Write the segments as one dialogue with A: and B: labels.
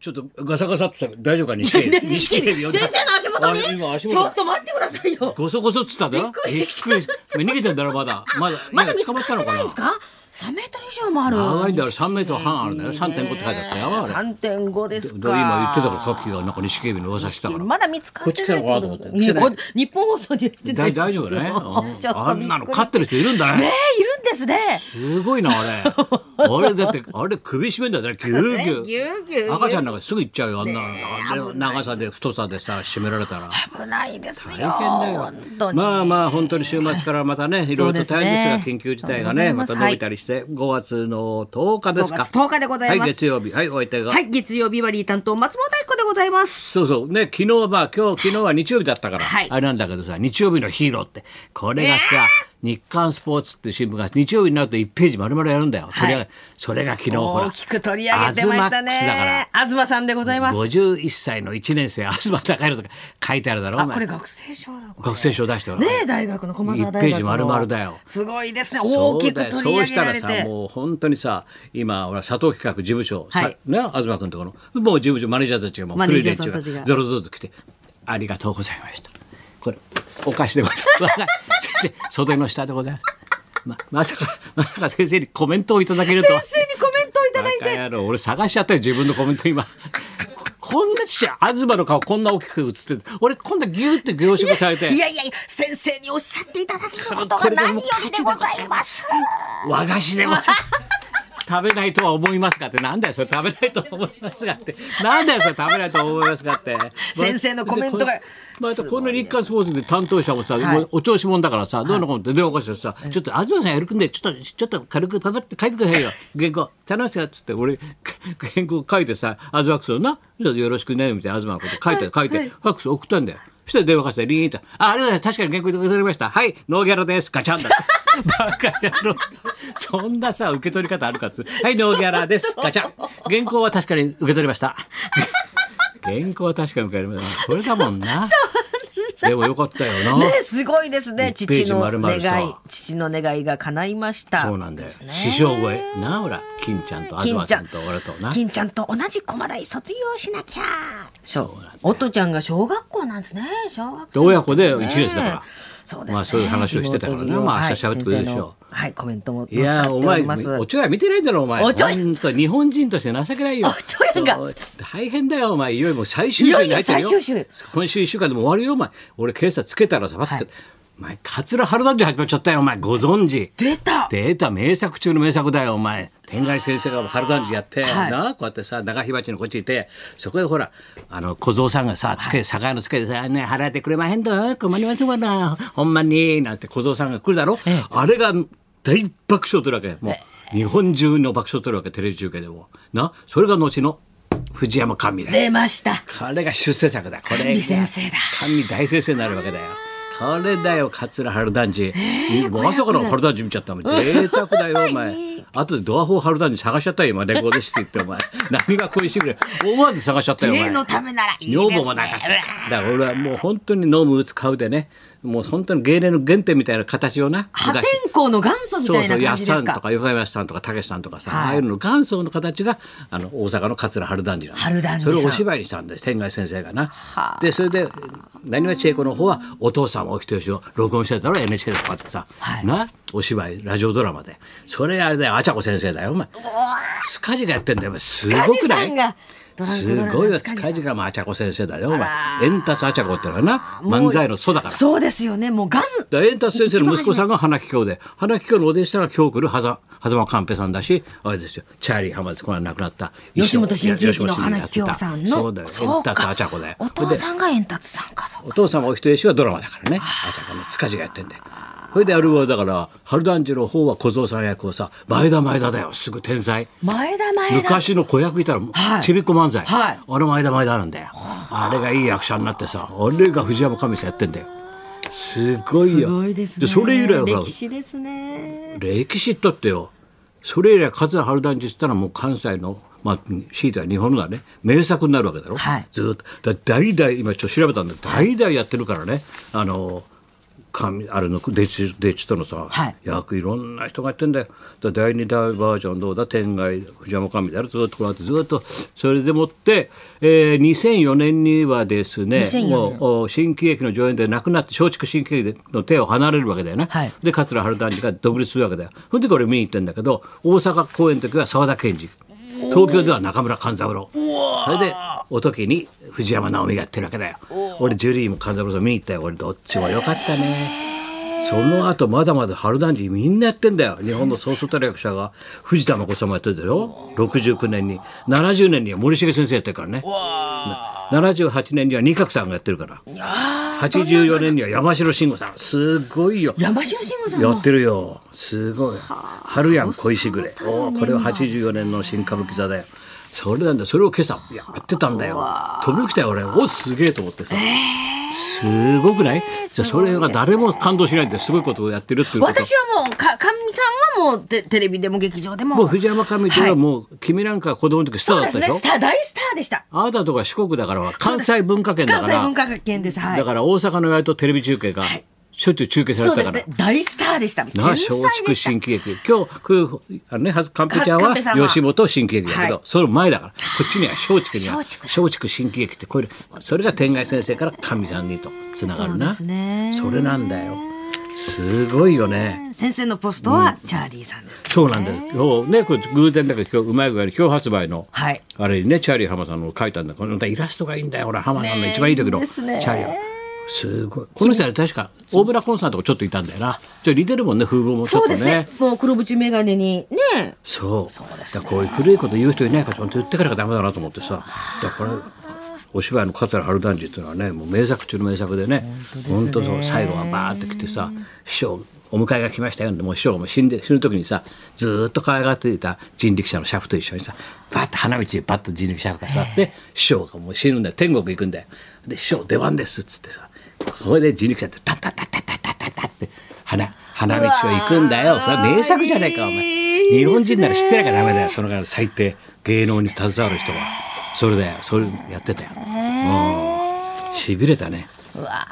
A: ちょっとガサガサっとしたけど大丈夫か錦
B: で
A: 絵
B: 錦絵先生の足元
A: あれ今足
B: にち
A: 元
B: ょっと待ってくださいよ
A: ごそごそっつったんだよ
B: びっくりした
A: びっくり逃げてんだろまだまだ
B: まだ
A: い
B: 見
A: や
B: つかってないんですか3メートル以上もある
A: 長いんだよ3メートル半あるんだよ3.5って書いてあったよあれ
B: 3.5です
A: だ
B: か
A: 今言ってたからさっきはなんか錦蛇の噂してたから
B: まだ見つかってな
A: こっち
B: い
A: 来たのかなと思って
B: いやこれ日本放送でやってた
A: 大
B: やつ
A: 大丈夫だね
B: ち
A: う
B: ょっとびっくり
A: んあんなの飼ってる人いるんだ
B: ね
A: ね
B: えいるんですね
A: すごいなあ れあれだってあれ首絞めんだよねぎゅうぎゅう
B: ねぎゅうぎゅう
A: 赤ちゃんなんかすぐ行っちゃうよあんなのあれ長さで太さでさ絞められたら
B: 危ないですよ
A: 大変だよ
B: 本当に
A: まあまあ本当に週末からまたねいろいろと大変ですが
B: そうですね
A: 緊急事態が
B: あ
A: ね
B: りが
A: また
B: とうございます
A: 伸びたりして5月の10日です
B: 5
A: か
B: 月10日でございます
A: はい月曜日はいお相手が
B: はい月曜日バリー担当松本明子でございます
A: そうそうね昨日はまあ今日昨日は日曜日だったから、
B: はい
A: あれなんだけどさ日曜日のヒーローってこれがさ、日刊スポーツっていう新聞が日曜日になると1ページ丸々やるんだよ、取り上げそれが昨日ほら
B: 大きく取り上げてましたね
A: アズマックスだから
B: 東さんでございます
A: 51歳の1年生東隆弘とか書いてあるだろお
B: あ
A: 前
B: これ学生証だこれ
A: 学生証出しておら
B: ねえ大学の駒澤大学の
A: 一ページ丸々だよ
B: すごいですね
A: そう
B: 大き
A: だ
B: く
A: よ
B: 取り上げら
A: そう
B: れ
A: したらさ
B: て
A: もう本当にさ今ほら佐藤企画事務所、さ
B: はい
A: ね東君とこのもう事務所マネージャーたちがもう
B: マネージャーさん
A: 古い連中
B: たちが
A: ゾロゾロと来て「ありがとうございました」これお菓子でございます 先生袖の下でございますままさかまさか先生にコメントをいただけるとは
B: 先生にコメントをいただい
A: バ
B: て
A: カ野郎俺探しちゃったよ自分のコメント今ここんなちっちゃい東の顔こんな大きく映ってる俺こんなギューって凝縮されて
B: いやいやいや先生におっしゃっていただけること
A: こ
B: が
A: れで
B: 何
A: も
B: よりでございます
A: 和菓子でも食べないとは思いますかってなんだよそれ食べないとは思いますかってなんだよそれ食べないとは思いますかって
B: 先生のコメントが
A: でこのまたこの日刊スポーツで担当者もさ、もうお調子者だからさどうのこうのって電話越してさ、ちょっと東さんやるくんでちょっとちょっと軽くパパって書いてくださいよ原稿頼むよっつって俺原稿書いてさ東クスのなちょっとよろしくねみたいな東のこと書いて書いて、ファックス送ったんだよそしたら電話かしてリーンと「あありがとうございます確かに原稿いただきましたはいノーギャラですガチャ ンだ」バカ野郎そんなさ受け取り方あるかっつうはいノーギャラですガチャン原稿は確かに受け取りました原稿は確かに受け取りましたこれだもん なでもよかったよな、
B: ねすごいですね
A: 一ペー
B: 父
A: ジ
B: の
A: 丸々
B: 願
A: さ
B: い父の願いが叶いました
A: そうなんだよ、
B: ですね
A: 師匠超えなほら金ちゃんと
B: 金
A: 東
B: ち
A: ち
B: ゃ
A: ゃ
B: ん
A: んと俺とな
B: 金ちゃんと同じ駒大卒業しなきゃそうおとちゃんが小学校なんですね小学
A: で
B: 生
A: 親子で一列だから
B: そうですね
A: まあそういう話をしてたからね
B: 妹
A: まあ明日喋ってくれるでし
B: は
A: ょう
B: い先生のはいコメントも
A: いやお前
B: 載っかっております
A: おちょや見てないんだろお前
B: おちょや
A: ほんと日本人として情けないよ
B: おちょやが
A: そう大変だよお前いよいよもう最終週に入ってるよ
B: いよいよ最終週
A: 今週一週間でも終わるよお前俺今朝つけたらさパッて、お前桂春団治始まっちゃったよお前ご存知
B: 出た
A: 出た名作中の名作だよお前天外先生が春団治やって、
B: はい
A: なあこうやってさ長火鉢のこっちいてそこでほらあの小僧さんがさつけ酒のつけでさ「ね払ってくれまへんと困りますわなほんまに」なんて小僧さんが来るだろ、あれが大爆笑取るわけもう日本中の爆笑取るわけテレビ中継でもなそれが後の藤山神だよ
B: 出ました
A: これが出世作だこれ
B: 神先生だ
A: 神大先生になるわけだよこれだよ桂春団治、えまさかの春団治見ちゃったもん贅沢だ よお前後でドアホー春団治探しちゃったよ今レコード室行ってお 前何が恋してくれ思わず探しちゃったよお
B: 芸
A: 前
B: のためならいいですね
A: 女房も泣かせるだから俺はもう本当に飲む打つ買うでねもう本当に芸齢の原点みたいな形をな
B: 破天
A: 昔
B: 荒の元祖み
A: そうそ
B: た
A: う、
B: いな
A: や
B: 感
A: っ
B: じで
A: さ
B: す
A: んと
B: か
A: か横山やっさんとかたけしさんとかさ、
B: はい
A: ああいうのの元祖の形があの大阪の桂春団治なんだ
B: 春団治さ
A: そ
B: ん
A: れをお芝居にしたんです天外先生がな
B: はあ。
A: でそれで何は千恵子の方はお父さんは沖しを録音してたろ NHK でこうやってさ、
B: はい
A: なお芝居ラジオドラマでそれあれだよあちゃこ先生だよお前塚地がやってんだよお前すごくな
B: 塚地さん
A: い
B: がドランク
A: す
B: ドラン
A: ご
B: ク
A: い
B: の
A: よ
B: 塚地さん
A: 塚地がまああちゃこ先生だよお前
B: あら
A: 円達あちゃこってのはな漫才の祖だから
B: そうですよねもう元
A: だから円達先生の息子さんが花木京で花木京のお弟子さんが今日来る狭間寛平さんだしあれですよチャーリー浜津この間亡くなった
B: 吉本新喜劇
A: 吉
B: の
A: 本新
B: 花木京さんの
A: そうだよ円達
B: か
A: あちゃこだよ
B: お
A: そ
B: 父
A: れで
B: さんが円達さんかそう
A: お
B: か
A: 父さんもお人よしはドラマだからねあちゃこの塚地がやってんだよそれであれはだから春団治の方は小僧さん役をさ前田前田だよすぐ天才
B: 前田前田
A: 昔の子役いたら
B: はい
A: ちびっこ漫才、
B: はい
A: あの前田前田なんだよあれがいい役者になってさあれが藤山神さんやってんだよすごい
B: す
A: よ
B: ごいですね
A: それ以来は
B: 歴史ですね
A: 歴史ったってよそれ以来桂春団治って言ったらもう関西のまあ強いては日本のだね名作になるわけだろ、
B: はい
A: ずーっとだ代々今ちょっと調べたんだけど代々やってるからねあの紙あれのデジデジとのさ、
B: はい
A: 役いろんな人がやってんだよだ第二代バージョンどうだ天外藤山神であるずっとこうやってずっとそれでもって、えー、2004年にはですね
B: 2004年
A: もうお新喜劇の上演で亡くなって松竹新喜劇の手を離れるわけだよね、
B: はい
A: で桂春団治が独立するわけだよその時俺見に行ったんだけど大阪公演の時は沢田研二東京では中村勘三郎それでお時に藤山直美がやってるわけだよ俺ジュリーも勘三郎さん見に行ったよ俺どっちもよかったねその後まだまだ春団治みんなやってんだよ日本の総たる役者が藤田誠さんもやってるでしょ69年に70年には森重先生やってるからね78年には仁鶴さんがやってるから84年には山城慎吾さんすごいよ
B: 山城慎吾さん
A: や
B: も
A: ってるよすごい「春やん恋しぐれ」おーこれは84年の新歌舞伎座だよそれなんだそれを今朝やってたんだよ飛び起きたよ俺おすげえと思ってさ、すごくないじゃあそれが誰も感動しないってすごいことをやってるっていうこと
B: 私はもうかかみさんはもうテテレビでも劇場でも
A: もう藤山神とはもう、君なんか子供の時スター
B: そ
A: だった
B: うです
A: で
B: ね
A: しょ
B: スター大スターでした
A: あなたとか四国だから関西文化圏だか
B: 関西
A: ら
B: 文化圏ですはい
A: だから大阪の割とテレビ中継がしょっちゅう中継され
B: そう
A: て
B: で
A: た
B: す
A: から
B: ね。大スターでした天
A: なあ
B: 才
A: 松
B: で
A: 竹
B: した
A: 新喜劇今日くあのねはずカンペちゃん
B: カ
A: は
B: ンペさんは
A: 吉本新喜劇だけど、
B: はい
A: その前だからこっちには松竹には
B: 松竹
A: 松竹新喜劇ってこういうそれが天外先生から神さんにとつながるな
B: そうですね
A: それなんだよすごいよね
B: 先生のポストはチャーリーさんです、
A: そうなんだよ今日ねこれ偶然だけど今日うまい具合に今日発売の、
B: はい
A: あれにねチャーリー浜さんの書いたんだこれまたイラストがいいんだよほら浜さんの一番いいんだけど、
B: ねえいいですね
A: チャーリーはすごいこの人は確か大村コンサートがちょっといたんだよなちょっと似てるもんね風貌もちょっ
B: そう
A: と
B: ですねもう黒縁眼鏡にね
A: そうだからこういう古いこと言う人いないからちゃんと言ってからがダメだなと思ってさだからお芝居の桂春団治っていうのはねもう名作中の名作でね本当そう最後はバーって来てさ師匠お迎えが来ましたよでもう師匠も死んで死ぬ時にさずーっと可愛がっていた人力車の車夫と一緒にさバッと花道にバッと人力車夫が座って師匠がもう死ぬんだよ天国行くんだよで師匠出番ですっつってさこれで人力車ってタッタッタッタッタッタッタッタッって花花道を行くんだよそれは名作じゃないかお前
B: いいですね
A: 日本人なら知ってなきゃダメだよそのから最低芸能に携わる人はそれだよそれやってたよしびれたね
B: うわ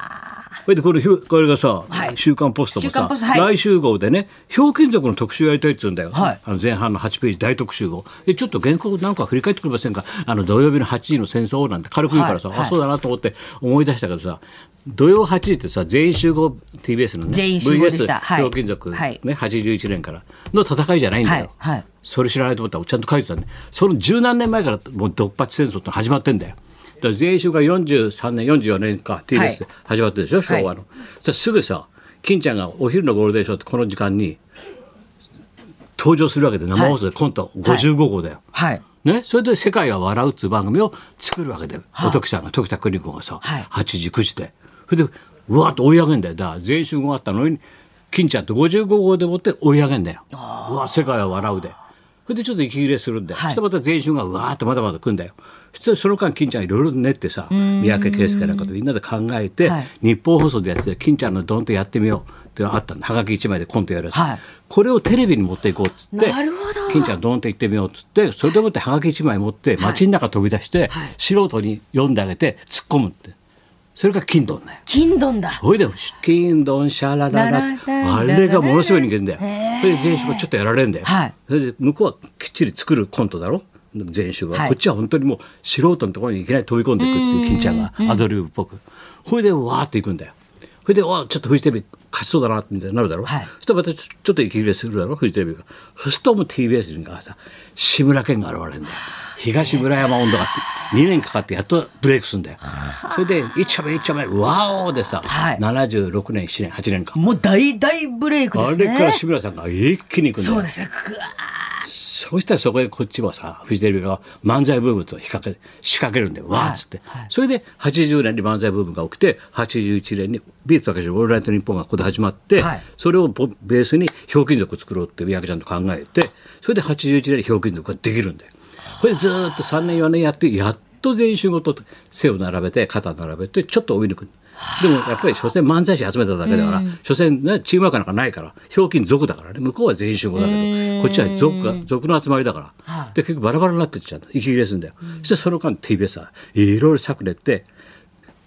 A: それでこれひゅこれがさ、
B: はい
A: 週刊ポストも
B: 週刊
A: さ
B: ポストはい
A: 来週号でね「ひょうきん族の特集やりたい」って言うんだよ、
B: はい
A: あの前半の8ページ大特集号でちょっと原稿なんか振り返ってくれませんかあの土曜日の8時の戦争なんて軽く言うからさ、
B: はいはい
A: あそうだなと思って思い出したけどさ土曜8時ってさ全員集合 TBS のね
B: 全員集合でした
A: VS
B: はい
A: ひょうきん族、ね
B: はい
A: 81年からの戦いじゃないんだよ、
B: はいはい
A: それ知らないと思ったらちゃんと書いてたねその十何年前からもう独発戦争って始まってんだよだから全員集合が43年44年か TBS で始まってるでしょ、昭和の、じゃあすぐさ金ちゃんがお昼のゴールデンショーってこの時間に登場するわけで生放送でコント55号だよ、
B: はい
A: ね、それで「世界が笑う」っていう番組を作るわけで、おときさんが時田邦子がさ、
B: はい
A: 8時9時でそれでうわーっと追い上げんだよだから全集合あったのに金ちゃんと55号でもって追い上げんだようわ世界は笑うでそれでちょっと息切れするんだよ、
B: はい
A: そしてまた全集がうわーってまだまだ来んだよそしてその間金ちゃんいろいろ練ってさ三宅圭介なんかとみんなで考えて、
B: はい
A: 日本放送でやってた金ちゃんのドンとやってみようってのがあったんだはがき1枚でコントやるやつ、
B: はい
A: これをテレビに持っていこうっつって
B: なるほど
A: 金ちゃんドンって行ってみようっつってそれでもってはがき1枚持って街の中飛び出して、
B: はい
A: 素人に読んであげて突っ込むってそれが金ドンだよ。
B: 金ドンだ
A: ほいで「金ドンシャラララ」あれがものすごい人間だよ。それで前週がちょっとやられんだよ。
B: はい
A: それで向こうはきっちり作るコントだろ前週は、
B: はい
A: こっちは本当にもう素人のところにいきなり飛び込んでいくっていう金ちゃんがアドリブっぽくほいでわーっていくんだよほいでわーちょっとフジテレビ勝ちそうだなみたいになるだろ、
B: はい
A: そしてまたちょちょっと息切れするだろフジテレビがそうするともう TBS がさ志村けんが現れるんだよ東村山温度があって2年かかってやっとブレイクするんだよそれで一丁目一丁目わおーでさ、
B: はい
A: 76年7年8年か、
B: もう大大ブレイクで
A: あ
B: す
A: れ
B: ね
A: から志村さんが一気にいくんだよ
B: そうですねぐわ
A: そうしたらそこでこっちはさフジテレビが漫才ブームと仕掛け仕掛けるんだよわーっつって、それで80年に漫才ブームが起きて81年にビートたけしの「オールナイトニッポン」がここで始まって、
B: はい
A: それをボベースにひょうきん族を作ろうって三宅ちゃんと考えてそれで81年にひょうきん族ができるんだよ。これずーっと3年4年やってやっと全員集合と背を並べて肩並べてちょっと追い抜く。でもやっぱり所詮漫才師集めただけだから、所詮ねチームワークなんかないからひょうきん族だからね向こうは全員集合だけどこっちは族が族の集まりだから、で結局バラバラになってっちゃうんだ息切れするんだよ、そしてその間 TBS はいろいろ策練って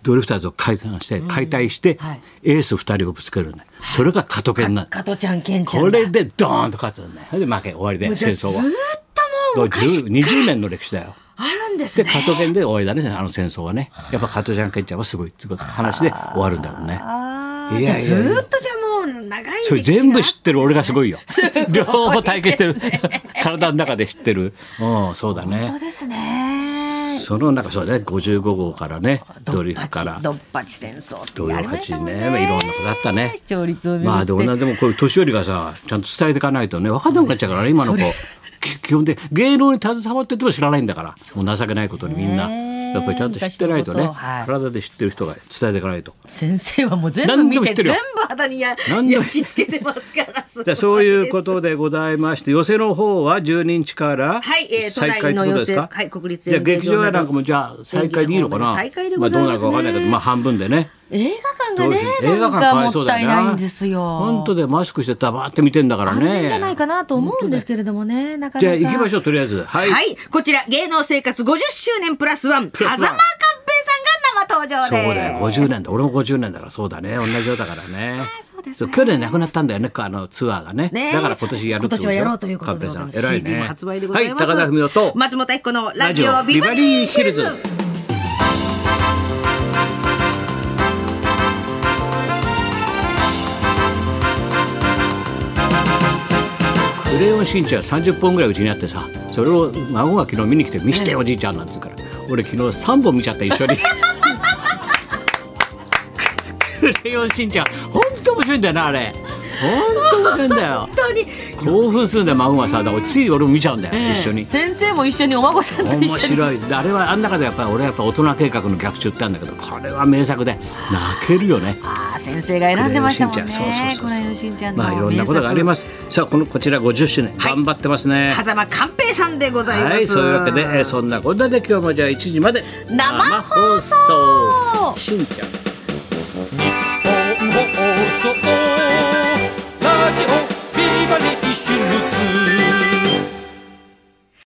A: ドリフターズを解散して解体して、
B: はい
A: エース2人をぶつけるねそれが加藤健なんだ
B: 加藤ちゃん、ケンちゃんだ。
A: これでドーンと勝つんだよそれで負け終わりで
B: じゃ
A: 戦
B: あず
A: 争
B: ーっ
A: は
B: ともう昔
A: 10 20年の歴史だよ
B: あるんです
A: で
B: ね。
A: 加藤健で終わりだねあの戦争はねやっぱ加藤ちゃん健ちゃんはすごいっていうこと話で終わるんだろうね
B: あ
A: い
B: あ、
A: やい
B: じゃ
A: や
B: あ
A: いや
B: ずーっとじゃあもう長い
A: それ全部知
B: っ
A: ってる俺がすごいよ 両方体験して る体の中で知ってるうんそうだね
B: 本当ですね。
A: その中そうだね55号からね
B: ド
A: ド
B: ッ
A: リ
B: パ
A: フ
B: チ
A: から
B: ドッパチ戦争って
A: ドリ
B: やり
A: フ
B: ま
A: た
B: した
A: ち
B: もん
A: ね
B: ね。
A: いろんなことあったね
B: 視聴率を見
A: まあでもなでもこういう年寄りがさちゃんと伝えていかないとね分かんなくなっちゃうからね今の子き基本で芸能に携わってても知らないんだからもう情けないことにみんな
B: ねえ
A: やっぱりちゃんと知ってないと
B: 昔
A: ね
B: のことをはい
A: 体で知ってる人が伝えていかないと。
B: 先生はもう全部
A: 何で
B: 見
A: も知
B: て
A: ってる
B: 全
A: よ
B: 部肌にや
A: 何でも
B: 焼き付けてますから。すご
A: じゃあそういうことでございまして寄席の方は12日から
B: はいえー
A: 再開ってことです
B: 都内の寄
A: か
B: 席はい国立
A: じゃ
B: 演
A: あ
B: 芸場
A: 劇場やなんかもじゃあ再開でいいのかな
B: 再開でございますね
A: あどうなるかわかんないけどまあ半分でね
B: 映画館がね
A: 映画
B: なん
A: 館かわ
B: か
A: いそ
B: も
A: う
B: っ
A: だ
B: た
A: よ
B: いないんですよ。
A: 本当でマスクしてダバーって見てんだからね
B: 安全じゃないかなと思うんですけれどもね。なかなか。
A: じゃあ行きましょうとりあえずは、
B: はいい、こちら芸能生活50周年プラスワン
A: プ
B: 風
A: ラ
B: 間
A: スワン
B: 寛平さんが生登場
A: そう
B: です。
A: だよ50年だ俺も50年だからそうだね同じようだからね
B: そうですね
A: 去年亡くなったんだよねあのツアーがね
B: ねえ
A: だから今年やるってこと
B: 今年はやろうということでございます。
A: 寛平さん偉い
B: CD
A: ね
B: も発売でございます。
A: はい高田文夫と
B: 松本彦のラジオ
A: ラジオ
B: ビバリーヒルズ
A: ビバリーヒ。クレヨンしんちゃん30本ぐらいうちにあってさそれを孫が昨日見に来て「見してよおじいちゃん」なんて言うから俺昨日3本見ちゃった一緒にクレヨンしんちゃんほんと面白いんだよなあれほんと面白いんだよ
B: 本当に
A: 興奮するんだよ孫がさだからつい俺も見ちゃうんだよ、一緒に
B: 先生も一緒にお孫さんと
A: 面
B: 一緒に。
A: 白いあれはあん中でやっぱり俺はやっぱ大人計画の逆襲ってあるんだけどこれは名作で泣けるよね
B: ああ先生が選んでましたもんね。
A: そうそうそう
B: こ
A: そう
B: のしんちゃんの
A: まあいろんなことがあり
B: す。
A: ますさあこのこちら50周年、頑張ってますね
B: 風間寛平さんでございます。
A: はい、そういうわけで、えーそんなこんなで今日もじゃあ1時まで
B: 生放送
A: 生放送しんちゃん
C: 日本放送